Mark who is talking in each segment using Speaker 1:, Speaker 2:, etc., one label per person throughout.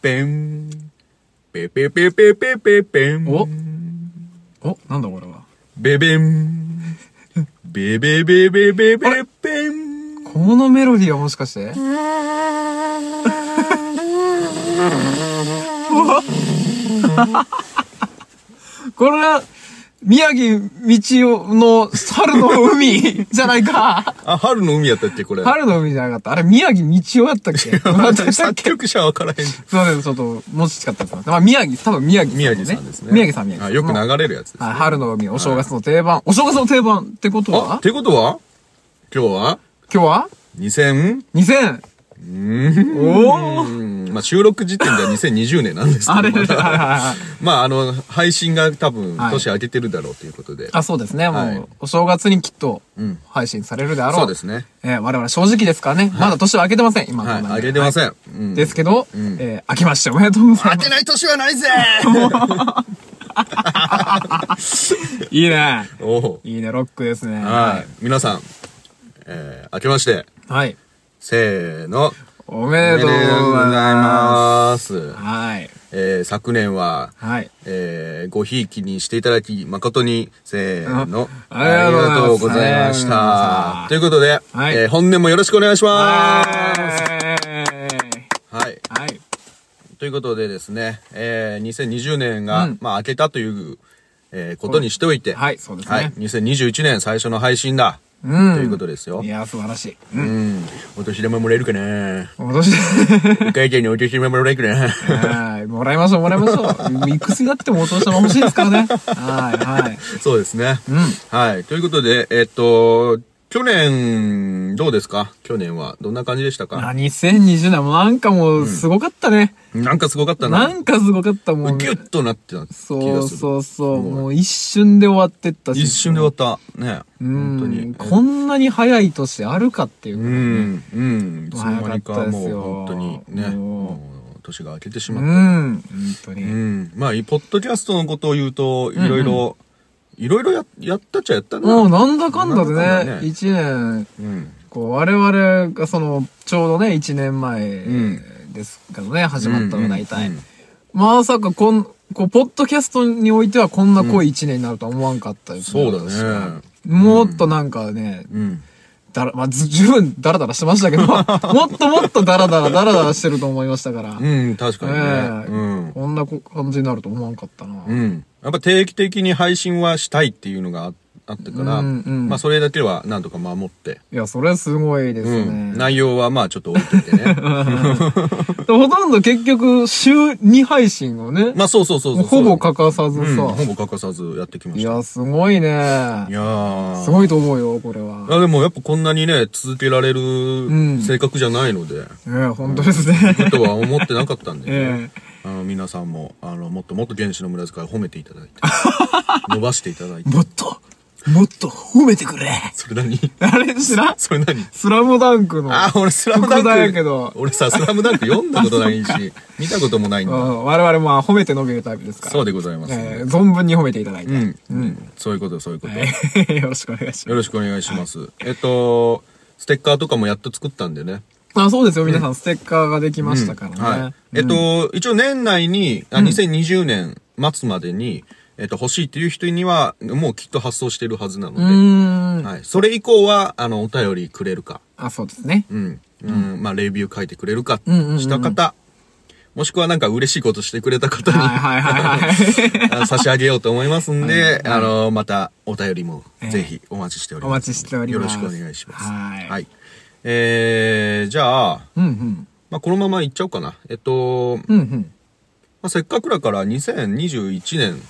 Speaker 1: ペン。ペペペペペペペン。
Speaker 2: おお、なんだこれは。
Speaker 1: ベベン。ベベベベベベペン。
Speaker 2: このメロディーはもし かしてこれは、宮城道夫の猿の海じゃな いか。
Speaker 1: あ、春の海やったっけこれ。
Speaker 2: 春の海じゃなかった。あれ、宮城道夫やっ たっけ私だっ
Speaker 1: 作
Speaker 2: け
Speaker 1: 曲者は分からへん。
Speaker 2: すいません、ちょっと、もうちょっと近かったです。まあ、宮城、多分宮城さん、ね。
Speaker 1: 宮城さんですね。
Speaker 2: 宮城さん、宮城
Speaker 1: あ
Speaker 2: さん。
Speaker 1: よく流れるやつです。
Speaker 2: はい、
Speaker 1: あ、
Speaker 2: 春の海、お正月の定番。お正月の定番ってことは
Speaker 1: ってことは今日は
Speaker 2: 今日は
Speaker 1: ?2000?
Speaker 2: ?2000! お
Speaker 1: うん、
Speaker 2: ー
Speaker 1: まあ収録時点では2020年なんですけど。
Speaker 2: あれれれれれれれ
Speaker 1: まあ まああの、配信が多分
Speaker 2: はい
Speaker 1: 年明けてるだろうということで。
Speaker 2: あ、そうですね。もう、
Speaker 1: はい
Speaker 2: お正月にきっと
Speaker 1: うん、
Speaker 2: 配信されるであろう。
Speaker 1: そうですね。
Speaker 2: えー我々正直ですからね。まだ年は明けてません、今の
Speaker 1: は
Speaker 2: と
Speaker 1: い、
Speaker 2: ころ
Speaker 1: 上げてません。う
Speaker 2: はい
Speaker 1: ん。
Speaker 2: ですけど、えー明けましておめでとうござい
Speaker 1: 当
Speaker 2: ま
Speaker 1: て
Speaker 2: す。
Speaker 1: ない年はない ぜ
Speaker 2: いいね。
Speaker 1: おう
Speaker 2: いいね、ロックですね。
Speaker 1: はい。皆さん、えー、明けまして、
Speaker 2: はい。
Speaker 1: せーの。
Speaker 2: おめでとうございます。
Speaker 1: す。
Speaker 2: はい。
Speaker 1: えー、昨年は、
Speaker 2: はい。
Speaker 1: えー、ごひいきにしていただき、誠に、せーの、
Speaker 2: あありがとうございます
Speaker 1: ありがとうございました。ということで、
Speaker 2: はい
Speaker 1: えー本年もよろしくお願いしま
Speaker 2: は
Speaker 1: す。はい。
Speaker 2: い。
Speaker 1: ということでですね、えー、2020年が、
Speaker 2: うん
Speaker 1: まあ、明けたという、えーことにしておいて、
Speaker 2: はい、そうです
Speaker 1: はい。
Speaker 2: ね。
Speaker 1: 2021年最初の配信だ。
Speaker 2: うん
Speaker 1: ということですよ
Speaker 2: い。やー、素晴らしい。
Speaker 1: うん。お年玉もらえるかな
Speaker 2: お年で
Speaker 1: お会計にお年玉もらえるかな
Speaker 2: はい。もらいましょう、もらいましょう。いくつになってもお年玉欲しいですからね。はい、はい。
Speaker 1: そうですね。
Speaker 2: ん
Speaker 1: はい。ということで、えっと、去年、どうですか去年は。どんな感じでした
Speaker 2: あ、
Speaker 1: か
Speaker 2: 2020年もなんかもうすごかったね。
Speaker 1: なんかすごかった
Speaker 2: な
Speaker 1: な。
Speaker 2: んかすごかったもん
Speaker 1: ギ
Speaker 2: ね
Speaker 1: ュ。ッとなってた気がする。
Speaker 2: そうそうそう。
Speaker 1: もう
Speaker 2: もう一瞬で終わってったし。
Speaker 1: 一瞬で終わった。ね。
Speaker 2: うん
Speaker 1: 本当に。
Speaker 2: こんなに早い年あるかっていうう。
Speaker 1: ん、うん。いつの間に
Speaker 2: 早か
Speaker 1: か
Speaker 2: ったです
Speaker 1: もう
Speaker 2: よ
Speaker 1: 本当にね、
Speaker 2: もう
Speaker 1: もう年が明けてし
Speaker 2: う
Speaker 1: ま
Speaker 2: ん。
Speaker 1: った。
Speaker 2: 本当
Speaker 1: う
Speaker 2: に。
Speaker 1: ん。まあ、ポッドキャストのことを言うと、いろいろ、いろいろややったっちゃやったな。
Speaker 2: もうなんだかんだ
Speaker 1: なんだかん
Speaker 2: で
Speaker 1: だ
Speaker 2: ね、
Speaker 1: ね
Speaker 2: 一年、
Speaker 1: うん。
Speaker 2: こう、我々がその、ちょうどね、一年前
Speaker 1: う
Speaker 2: ですからね、始まったのが大体
Speaker 1: うんうん。
Speaker 2: まさかこん、こう、ポッドキャストにおいてはこんな濃い一年になるとは思わんかったです
Speaker 1: そうだね。
Speaker 2: もっとなんかね、
Speaker 1: うん。
Speaker 2: だら、まあ、ず十分ダラダラしてましたけ ど、もっともっとダラダラ、ダラダラしてると思いましたから。
Speaker 1: うん、確かにね。
Speaker 2: ええ
Speaker 1: うん。
Speaker 2: こんなこ感じになると思わんかったな。
Speaker 1: うん。やっぱ定期的に配信はしたいっていうのがああってから、
Speaker 2: うんうん
Speaker 1: まあそれだけはなんとか守って、
Speaker 2: いや、それはすごいです
Speaker 1: う
Speaker 2: ね。
Speaker 1: ん。内容はまあちょっと置いといてね。
Speaker 2: でほとんど結局、週2配信をね、
Speaker 1: まあそうそうそうそ
Speaker 2: も
Speaker 1: う。
Speaker 2: うほぼ欠かさず
Speaker 1: うん
Speaker 2: さ、
Speaker 1: ほぼ欠かさずやってきま
Speaker 2: い
Speaker 1: した。
Speaker 2: や、すごいね。
Speaker 1: いやー。
Speaker 2: すごいと思うよ、これはい
Speaker 1: やでもやっぱこんなにね、続けられる
Speaker 2: ん
Speaker 1: 性格じゃないので、
Speaker 2: ええ本当ですね。
Speaker 1: とは思ってなかったんで、
Speaker 2: え
Speaker 1: ねあの皆さんも、あの、もっともっと原始の村使いを褒めていた だいて、伸ばしていただいて。
Speaker 2: もっと、もっと褒めてくれ。
Speaker 1: それ何
Speaker 2: あれ知らん
Speaker 1: それ何
Speaker 2: スラムダンクの。
Speaker 1: あ、俺スラムダン
Speaker 2: 特大や
Speaker 1: ク。
Speaker 2: けど
Speaker 1: 俺さ、スラムダンク読んだことないし、 見たこともないん
Speaker 2: う
Speaker 1: だ。
Speaker 2: ん我々も褒めて伸びるタイプですから。
Speaker 1: そうでございます、
Speaker 2: えー存分に褒めていただいて。
Speaker 1: うん。そういうこと、そういうこと。よ
Speaker 2: えーよろしくお願い しま
Speaker 1: ろしくお願いします。えっと、ステッカーとかもやっと作ったんでね。
Speaker 2: す。あ、そうですよ、皆さん、ステッカーができましたからね。
Speaker 1: はい。えっと、一応年内に、あ2020年末までに、えっと、欲しいっていう人には、もうきっと発送してるはずなの
Speaker 2: う
Speaker 1: で、
Speaker 2: ーん。
Speaker 1: はい。それ以降は、あの、お便りくれるか、
Speaker 2: あ、そうですね。
Speaker 1: うん、うん、まあ、レビュー書いてくれるか、
Speaker 2: んうんうんうん
Speaker 1: した方、もしくはなんか嬉しいことしてくれた方に、
Speaker 2: はいはいはいはい。
Speaker 1: あの差し上げようと思いますんで、あの、またお便りも
Speaker 2: ええ
Speaker 1: ぜひお待ちしており
Speaker 2: お
Speaker 1: ます。
Speaker 2: 待ちしております。
Speaker 1: よろしくお願いします。
Speaker 2: はい。
Speaker 1: はい。えー、じゃあ、
Speaker 2: うんうん。
Speaker 1: まあ、このままいっちゃおうかな。えっと、ま
Speaker 2: うんうん。
Speaker 1: あ、せっかくだから2021年、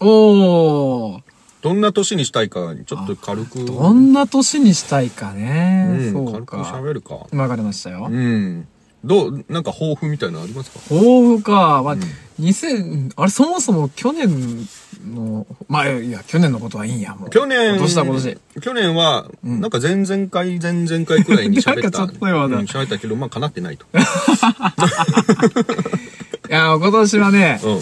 Speaker 2: おー。
Speaker 1: どんな年にしたいか、ちょっと軽く、
Speaker 2: どんな年にしたいかね。
Speaker 1: うん、
Speaker 2: そう
Speaker 1: 軽く
Speaker 2: か。
Speaker 1: 喋るか。
Speaker 2: わかりましたよ。
Speaker 1: うん。どう、なんか抱負みたいなのありますか
Speaker 2: 抱負か。まあ、2000、あれ、そもそも去年の、まあ、いや、去年のことはいいんや、もう。
Speaker 1: 去年、
Speaker 2: 今年だ、今年。
Speaker 1: 去年は、なんか前々回、前々回くらいに喋った。
Speaker 2: なんかちょっとよ
Speaker 1: うん
Speaker 2: まだ
Speaker 1: 喋ったけど、まあ、叶ってないと。
Speaker 2: いや、今年はね、
Speaker 1: うん。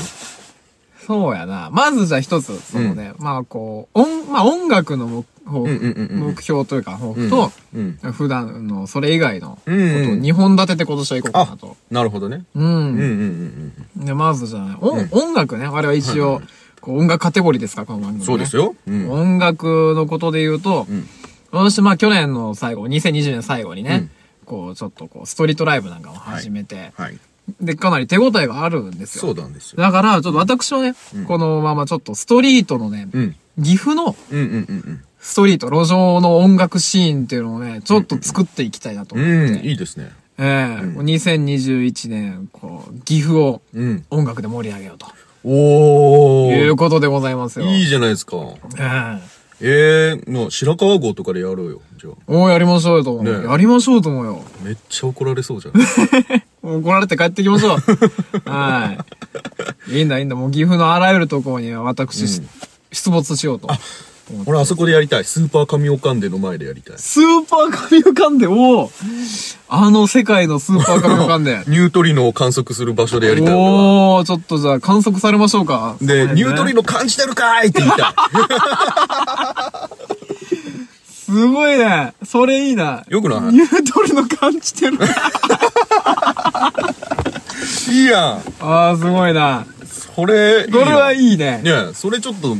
Speaker 2: そうやな。まずじゃあ一つ、そのね、まあこう、音、まあ音楽のも抱負、
Speaker 1: うんうんうんうん
Speaker 2: 目標というか、抱負と、
Speaker 1: うん
Speaker 2: 普段のそれ以外のことを
Speaker 1: うんうん
Speaker 2: 2本立てて今年は行こうかな
Speaker 1: あ
Speaker 2: と。、
Speaker 1: なるほどね。
Speaker 2: うん。
Speaker 1: うんうんうんうん。
Speaker 2: で、まずじゃあ、音音楽ね。あれは一応、こう音楽カテゴリーですか、この番組、ね。
Speaker 1: そうです。よ。うん。うん
Speaker 2: 音楽のことで言うと、
Speaker 1: ん
Speaker 2: 私、まあ去年の最後、2020年最後にね、こう、ちょっとこう、ストリートライブなんかを始めて、
Speaker 1: はい。
Speaker 2: で、かなり手応えがあるんですよ。
Speaker 1: そうなんですよ。
Speaker 2: だから、ちょっと私はね、このままちょっとストリートのね、
Speaker 1: うん。
Speaker 2: 岐阜の
Speaker 1: うんうんうん
Speaker 2: ストリート、路上の音楽シーンっていうのをね、ちょっと作っていきたいなと
Speaker 1: う
Speaker 2: 思っ
Speaker 1: ん。うん、
Speaker 2: て。
Speaker 1: いいですね。
Speaker 2: ええ2021年、こう、岐阜を
Speaker 1: うん。
Speaker 2: 音楽で盛り上げようと
Speaker 1: お
Speaker 2: いう
Speaker 1: ー。
Speaker 2: ことでございますよ。
Speaker 1: いいじゃないですか。
Speaker 2: ええ
Speaker 1: ええもう白川郷とかでやろうよ。じゃあ。
Speaker 2: おーやりましょうよと思う、
Speaker 1: ねえ
Speaker 2: やりましょうと思うよ。
Speaker 1: めっちゃ怒られそうじゃん。
Speaker 2: 怒られて帰ってきましょう。 はい。いいんだ、いいんだ。もう岐阜のあらゆるところに私、出没しようと。
Speaker 1: 俺あそこでやりたい。スーパー神オカンデの前でやりたい。。
Speaker 2: スーパー神浮かんで、おーあの世界のスーパー神浮 かんで
Speaker 1: ニュートリノを観測する場所でやりたい。俺は
Speaker 2: おー、ちょっとじゃあ観測されましょうか。
Speaker 1: で、ニュートリ
Speaker 2: の。
Speaker 1: ノ感じてるかーいって言い た
Speaker 2: すごいね。それいいな。
Speaker 1: よくない
Speaker 2: ニュートリの感じてる。
Speaker 1: い。いいやん。
Speaker 2: あー、すごいな。
Speaker 1: それ、
Speaker 2: これはい
Speaker 1: い
Speaker 2: いね
Speaker 1: やん。。ねえそれちょっと、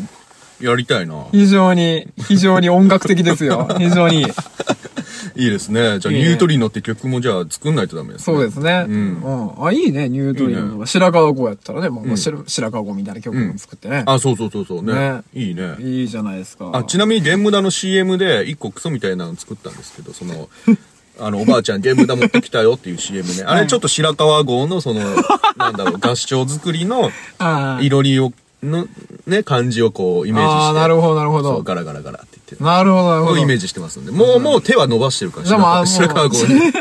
Speaker 1: やりたいな。
Speaker 2: 非常に、非常に音楽的ですよ。非常にいい。
Speaker 1: いいですね。じゃあ、
Speaker 2: いい
Speaker 1: ニ
Speaker 2: ね
Speaker 1: ュートリノって曲もじゃあ作んないとダメですね。
Speaker 2: そうですね。
Speaker 1: うん
Speaker 2: んあ、いいね、ニュートリ
Speaker 1: い
Speaker 2: ノ。白川郷やったらね、もうしら白川郷みたいな曲も作ってね。
Speaker 1: あ、そうそうそうそうね
Speaker 2: ね。
Speaker 1: いいね。
Speaker 2: いいじゃないですか。
Speaker 1: あ、ちなみにゲームダの CM で一個クソみたいなの作ったんですけど、そ の、あの、おばあちゃんゲームダ持ってきたよっていう CM ね。あれちょっと白川郷のそ の、なんだろう、合唱作りの、
Speaker 2: あー
Speaker 1: いろりを、の、ね、感じをこう、イメージして。
Speaker 2: あー、なるほど、なるほ
Speaker 1: そう、
Speaker 2: ど。
Speaker 1: ガラガラガラって言って。
Speaker 2: なるほど、なるほ
Speaker 1: を
Speaker 2: ど。
Speaker 1: イメージしてますんで。もう、もう手は伸ばしてるから、
Speaker 2: じゃあまあ
Speaker 1: 白川
Speaker 2: もう
Speaker 1: 白川郷に。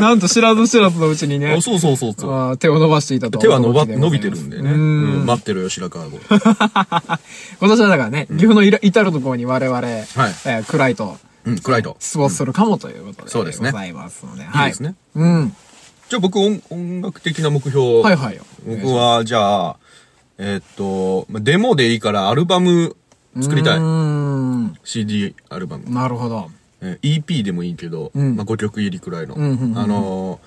Speaker 2: なんと知らず知らずのうちにね
Speaker 1: あ、そうそうそうそう。
Speaker 2: あー手を伸ばしていたと。
Speaker 1: 手は伸ば、
Speaker 2: 驚きでご
Speaker 1: 伸
Speaker 2: ざい
Speaker 1: び
Speaker 2: ま
Speaker 1: てる
Speaker 2: す
Speaker 1: んでね。
Speaker 2: う
Speaker 1: うんん、待ってるよ、白川郷。
Speaker 2: 今年はだからね、岐阜のいら至るところに我々、えー暗いと
Speaker 1: うん、暗いと。
Speaker 2: 出没するかもということで。
Speaker 1: そうですね
Speaker 2: ございますので。
Speaker 1: いい
Speaker 2: はい。
Speaker 1: ですね。
Speaker 2: うん。
Speaker 1: じゃあ僕、音音楽的な目標。
Speaker 2: はいはい。
Speaker 1: 僕は、じゃあ、えーっと、まあデモでいいからアルバム作りた
Speaker 2: う
Speaker 1: い
Speaker 2: ー。ん。
Speaker 1: CD アルバム。
Speaker 2: なるほど。
Speaker 1: えー EP でもいいけど、
Speaker 2: ん
Speaker 1: まあ5曲入りくらいの。あ
Speaker 2: んうんうんうん
Speaker 1: の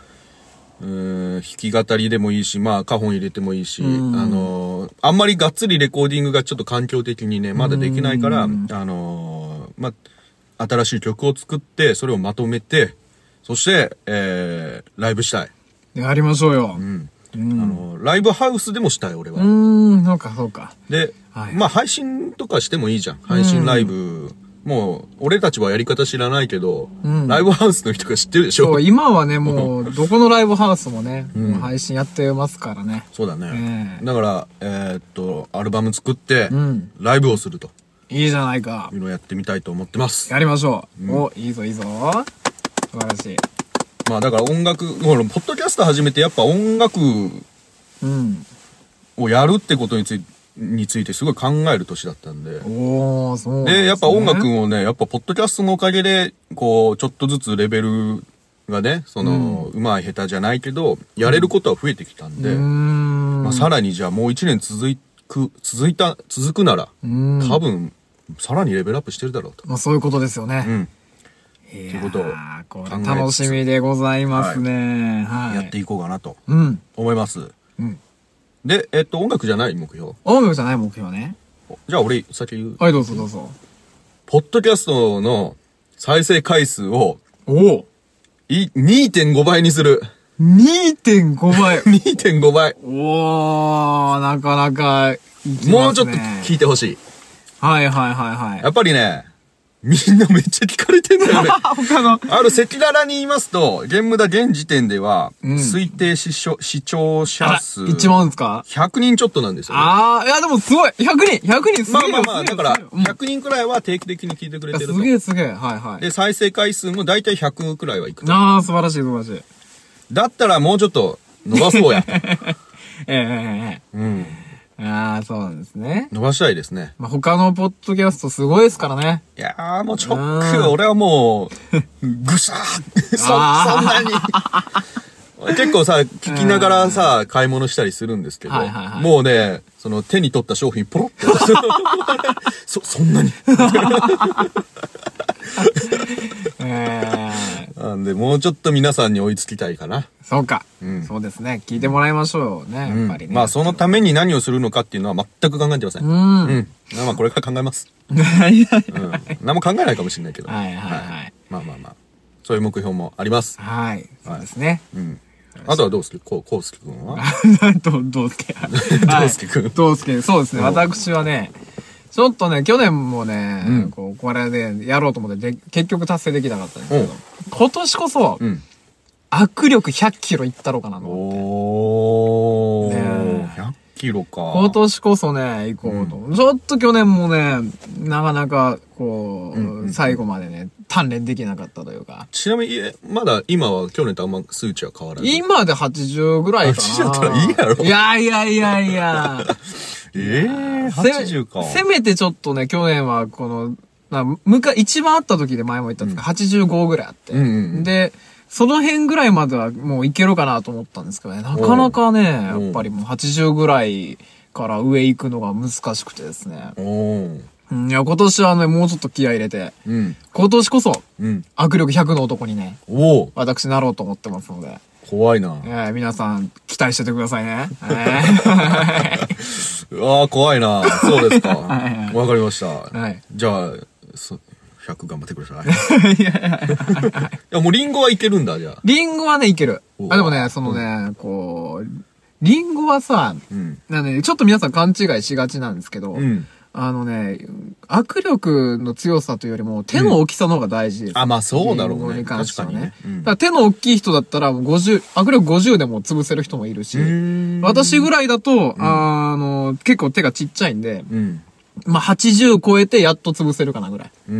Speaker 1: ー、うーん弾き語りでもいいし、まあ、カホン入れてもいいし、あ
Speaker 2: ん
Speaker 1: のーあんまりがっつりレコーディングがちょっと環境的にね、まだできないから、あのーまあ、新しい曲を作って、それをまとめて、そして、えー、ライブしたい。
Speaker 2: やりましょうよ。う
Speaker 1: あの、ライブハウスでもしたい、俺は。
Speaker 2: ーん、そうか、そうか。
Speaker 1: で、
Speaker 2: はい
Speaker 1: まあ、配信とかしてもいいじゃん。配信ライブ。もう、俺たちはやり方知らないけど、ライブハウスの人が知ってるでしょ
Speaker 2: そ、
Speaker 1: そう
Speaker 2: 今はね、もう、どこのライブハウスもね、もう配信やってますからね。
Speaker 1: うだね
Speaker 2: え。え
Speaker 1: だから、えーっと、アルバム作って、
Speaker 2: ん
Speaker 1: ライブをすると
Speaker 2: いいじゃないか
Speaker 1: い。うのをやってみたいと思ってます。
Speaker 2: やりましょう。お、いいぞ、いいぞ。素晴らしい。
Speaker 1: まあ、だから音楽、ほら、ポッドキャスト始めてやっぱ音楽
Speaker 2: うん。
Speaker 1: をやるってことについについてすごい考える年だったんで。
Speaker 2: おー、そうなんすね
Speaker 1: で、やっぱ音楽もね、やっぱポッドキャストのおかげで、こう、ちょっとずつレベルがね、その、うまい下手じゃないけど、やれることは増えてきたんで、
Speaker 2: うーん。
Speaker 1: まあ、さらにじゃあもう一年続く、続いた、続くなら、
Speaker 2: ん
Speaker 1: 多分、さらにレベルアップしてるだろうと。
Speaker 2: まあ、そういうことですよね。
Speaker 1: うん。
Speaker 2: い
Speaker 1: とい
Speaker 2: や
Speaker 1: うことを
Speaker 2: ーこれ楽しみでございますね。はい。
Speaker 1: やっていこうかなと
Speaker 2: うん。
Speaker 1: 思います。
Speaker 2: うん。
Speaker 1: で、えっと、音楽じゃない目標。
Speaker 2: 音楽じゃない目標ね。
Speaker 1: じゃあ俺、先言う。
Speaker 2: はい、どうぞどうぞ。
Speaker 1: ポッドキャストの再生回数を、
Speaker 2: おお
Speaker 1: い2.5倍にする。
Speaker 2: !2.5 倍
Speaker 1: 2.5倍。
Speaker 2: おー、なかなかいきます、ね、
Speaker 1: もうちょっと聞いてほしい。
Speaker 2: はいはいはい
Speaker 1: や
Speaker 2: はい。
Speaker 1: っぱりね、みんなめっちゃ聞かれてんだ よね。
Speaker 2: あ、他の。
Speaker 1: ある赤裸々に言いますと、ゲームだ現時点では、
Speaker 2: ん
Speaker 1: 推定視聴視聴者数、
Speaker 2: 一万ですか
Speaker 1: 100人ちょっとなんですよ、ね。
Speaker 2: あー、いやでもすごい !100 人 !100 人す
Speaker 1: ま
Speaker 2: げ
Speaker 1: あ
Speaker 2: え
Speaker 1: まあ
Speaker 2: よ
Speaker 1: まあ、だから、100人くらいは定期的に聞いてくれてる
Speaker 2: すげえようんいやす
Speaker 1: と
Speaker 2: げ。えすげえ。はいはい。
Speaker 1: で、再生回数も大体100くらいはいくと。
Speaker 2: あー、素晴らしい素晴らしい。
Speaker 1: だったらもうちょっと伸ばそう や。
Speaker 2: ええええ
Speaker 1: うん。
Speaker 2: ええ。あー、そうなんですね。
Speaker 1: 伸ばしたいですね。
Speaker 2: まあ、他のポッドキャストすごいですからね。
Speaker 1: いやーもうちょっ
Speaker 2: うん
Speaker 1: く、俺はもう、ぐしゃーそ、そんなに。結構さ、聞きながらさ、買い物したりするんですけど、
Speaker 2: はいはいはい
Speaker 1: もうね、その手に取った商品ポロッと。 そ、そんなに。
Speaker 2: えー、
Speaker 1: なんで、もうちょっと皆さんに追いつきたいかな。
Speaker 2: そうか、
Speaker 1: ん
Speaker 2: そうですね。聞いてもらいましょうね、やっぱりね。
Speaker 1: まあ、そのために何をするのかっていうのは全く考えてません。
Speaker 2: う
Speaker 1: うん。
Speaker 2: ん。
Speaker 1: まあ、これから考えます。
Speaker 2: はいはい
Speaker 1: うん。何も考えないかもしれないけど。
Speaker 2: はいはい。
Speaker 1: まあまあまあ。そういう目標もあります。
Speaker 2: はい。そうですね。
Speaker 1: うん。あとはどうするこう、こうすけくん は
Speaker 2: ど、どうすけ。
Speaker 1: どうすけくん
Speaker 2: はいどうすけ。そうですね。私はね、ちょっとね、去年もね、
Speaker 1: うん
Speaker 2: こう、これでやろうと思ってで、結局達成できなかったんですけど
Speaker 1: うん、
Speaker 2: 今年こそ、
Speaker 1: ん。
Speaker 2: 握力100キロいったろかなと思って。
Speaker 1: お
Speaker 2: ね
Speaker 1: ー。
Speaker 2: え
Speaker 1: 100キロか。
Speaker 2: 今年こそね、行こうと。ちょっと去年もね、なかなか、こう、
Speaker 1: うんうんうん
Speaker 2: 最後までね、鍛錬できなかったというか。
Speaker 1: ちなみに、えまだ今は去年とあんま数値は変わらない。
Speaker 2: 今で80ぐらいか
Speaker 1: 80だ
Speaker 2: な。
Speaker 1: ったらいいやろ
Speaker 2: いやいやいやいや。
Speaker 1: ええー、80か。
Speaker 2: せせめてちょっとね、去年はこの、なむか、一番あった時で前も言ったんですが、85ぐらいあって、
Speaker 1: うんうんうん
Speaker 2: で、その辺ぐらいまではもういけるかなと思ったんですけどね、なかなかね、や
Speaker 1: うん
Speaker 2: っぱりもう80ぐらいから上行くのが難しくてですね。
Speaker 1: おー。
Speaker 2: うん、いや、今年はね、もうちょっと気合い入れて、
Speaker 1: うん。
Speaker 2: 今年こそ、
Speaker 1: うん。
Speaker 2: 握力100の男にね、
Speaker 1: おー。
Speaker 2: 私なろうと思ってますので、
Speaker 1: 怖いな。
Speaker 2: えー皆さん期待しててくださいね。え ー
Speaker 1: うわー、怖いな。そうですか。わ
Speaker 2: い はい
Speaker 1: かりました。
Speaker 2: はい
Speaker 1: じゃあ、そ100頑張ってください。い や、もうリンゴはいけるんだ、じゃあ。
Speaker 2: リンゴはね、いける
Speaker 1: お。う
Speaker 2: あ、でもね、そのね、こう、リンゴはさ、
Speaker 1: うん。
Speaker 2: なんで、ちょっと皆さん勘違いしがちなんですけど、
Speaker 1: うん。
Speaker 2: あのね、握力の強さというよりも、手の大きさの方が大事です。
Speaker 1: あ、まあそうだろ
Speaker 2: リン
Speaker 1: う
Speaker 2: ゴ
Speaker 1: ね。
Speaker 2: に関し
Speaker 1: 確
Speaker 2: て
Speaker 1: か
Speaker 2: は
Speaker 1: にね
Speaker 2: ね。。
Speaker 1: うん
Speaker 2: だから手の大きい人だったら、50、握力50でも潰せる人もいるし、
Speaker 1: うーん
Speaker 2: 私ぐらいだと、あの、結構手がちっちゃいんで、
Speaker 1: うん。
Speaker 2: まあ、80超えてやっと潰せるかなぐらい。
Speaker 1: うー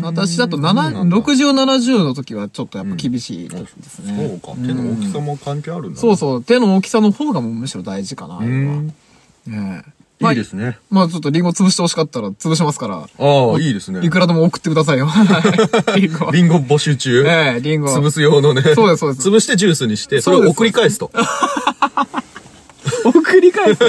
Speaker 1: ん。
Speaker 2: 私だと
Speaker 1: そう
Speaker 2: 7、
Speaker 1: なんだ
Speaker 2: 60、70の時はちょっとやっぱ厳しいですね。
Speaker 1: そうか。手の大き
Speaker 2: うん
Speaker 1: さも関係あるんだね。
Speaker 2: そうそう、手の大きさの方がもうむしろ大事かな、あ
Speaker 1: う
Speaker 2: れは。
Speaker 1: ん。
Speaker 2: ねえま
Speaker 1: い
Speaker 2: あ
Speaker 1: いですね。
Speaker 2: まあちょっとリンゴ潰してほしかったら潰しますから、
Speaker 1: ああ、いいですね
Speaker 2: い。くらでも送ってくださ いよ。リンゴ。
Speaker 1: リンゴ募集中。
Speaker 2: ええ、リンゴ。
Speaker 1: 潰す用のね。
Speaker 2: そうですそうです
Speaker 1: 潰してジュースにして、それ
Speaker 2: そ
Speaker 1: を
Speaker 2: うです
Speaker 1: 送り返すと。
Speaker 2: 送り返す。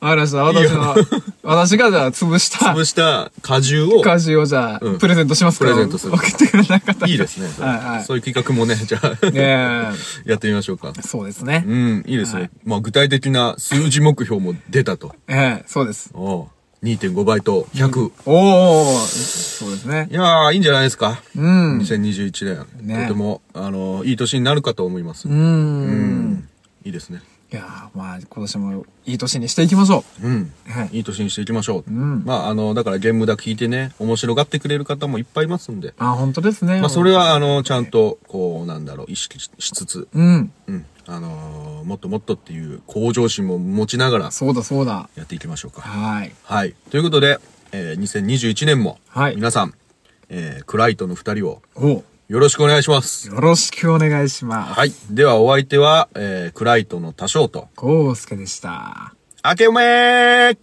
Speaker 2: ありました。私の、私がじゃあ潰した
Speaker 1: 潰した果汁を。
Speaker 2: 果汁をじゃあ、
Speaker 1: うん
Speaker 2: プレゼントしますから。
Speaker 1: プレゼントする
Speaker 2: 送ってくれなかったら
Speaker 1: いいですね。
Speaker 2: はいはい
Speaker 1: そういう企画もね、じゃあ、
Speaker 2: ね
Speaker 1: やってみましょうか。
Speaker 2: え、そうですね
Speaker 1: う。ん、いいですね。まあ、具体的な数字目標も出たと。
Speaker 2: ええ、そうです。
Speaker 1: おう2.5倍と100。
Speaker 2: おーおーおーそうですね
Speaker 1: い。やー、いいんじゃないですか。
Speaker 2: うん。う
Speaker 1: 2021年。
Speaker 2: ね
Speaker 1: とても、あのーいい年になるかと思います。
Speaker 2: ん。
Speaker 1: いいですね。
Speaker 2: いやーまあ、今年もいい年にしていきましょ
Speaker 1: うん。
Speaker 2: う。はい。
Speaker 1: いい年にしていきましょう。
Speaker 2: ん
Speaker 1: まあ、あの、だからゲームだ聞いてね、面白がってくれる方もいっぱいいますんで。
Speaker 2: あ、本当ですね。
Speaker 1: まあ、それは、あの、ちゃんと、こう、なんだろう、意識ししつつ、
Speaker 2: うん。
Speaker 1: うん。あのーもっともっとっていう向上心も持ちながら、
Speaker 2: そうだそうだ。
Speaker 1: やっていきましょうか。
Speaker 2: はい。
Speaker 1: はい。ということで、えー2021年も、
Speaker 2: はい
Speaker 1: 皆さん、えークライトの2人を
Speaker 2: お
Speaker 1: よろしくお願いします。
Speaker 2: よろしくお願いします。
Speaker 1: はい。では、お相手は、えークライトの多少と、
Speaker 2: ゴースケでした。
Speaker 1: 明けおめー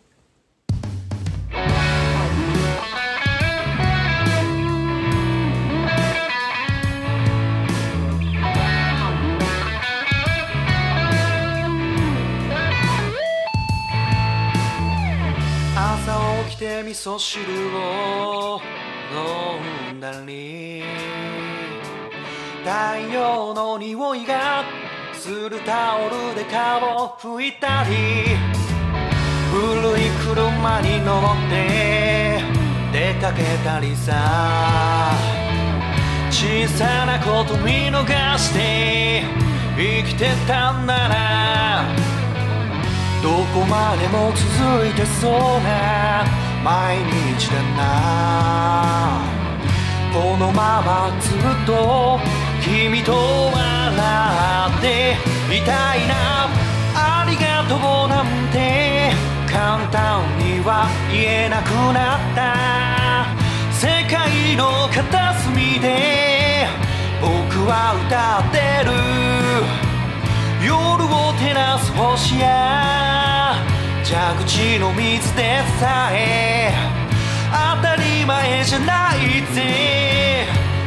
Speaker 3: 朝起きて味噌汁を飲んだり太陽の匂いがするタオルで顔を拭いたり古い車に乗って出かけたりさ小さなこと見逃して生きてたんだなどこまでも続いてそうな毎日だなこのままずっと君と笑っていたいなありがとうなんて簡単には言えなくなった世界の片隅で僕は歌ってる夜を照らす星や蛇口の水でさえ当たり前じゃないぜ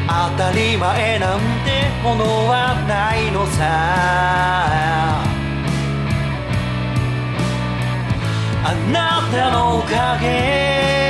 Speaker 3: 当たり前なんてものはないのさあなたのおかげ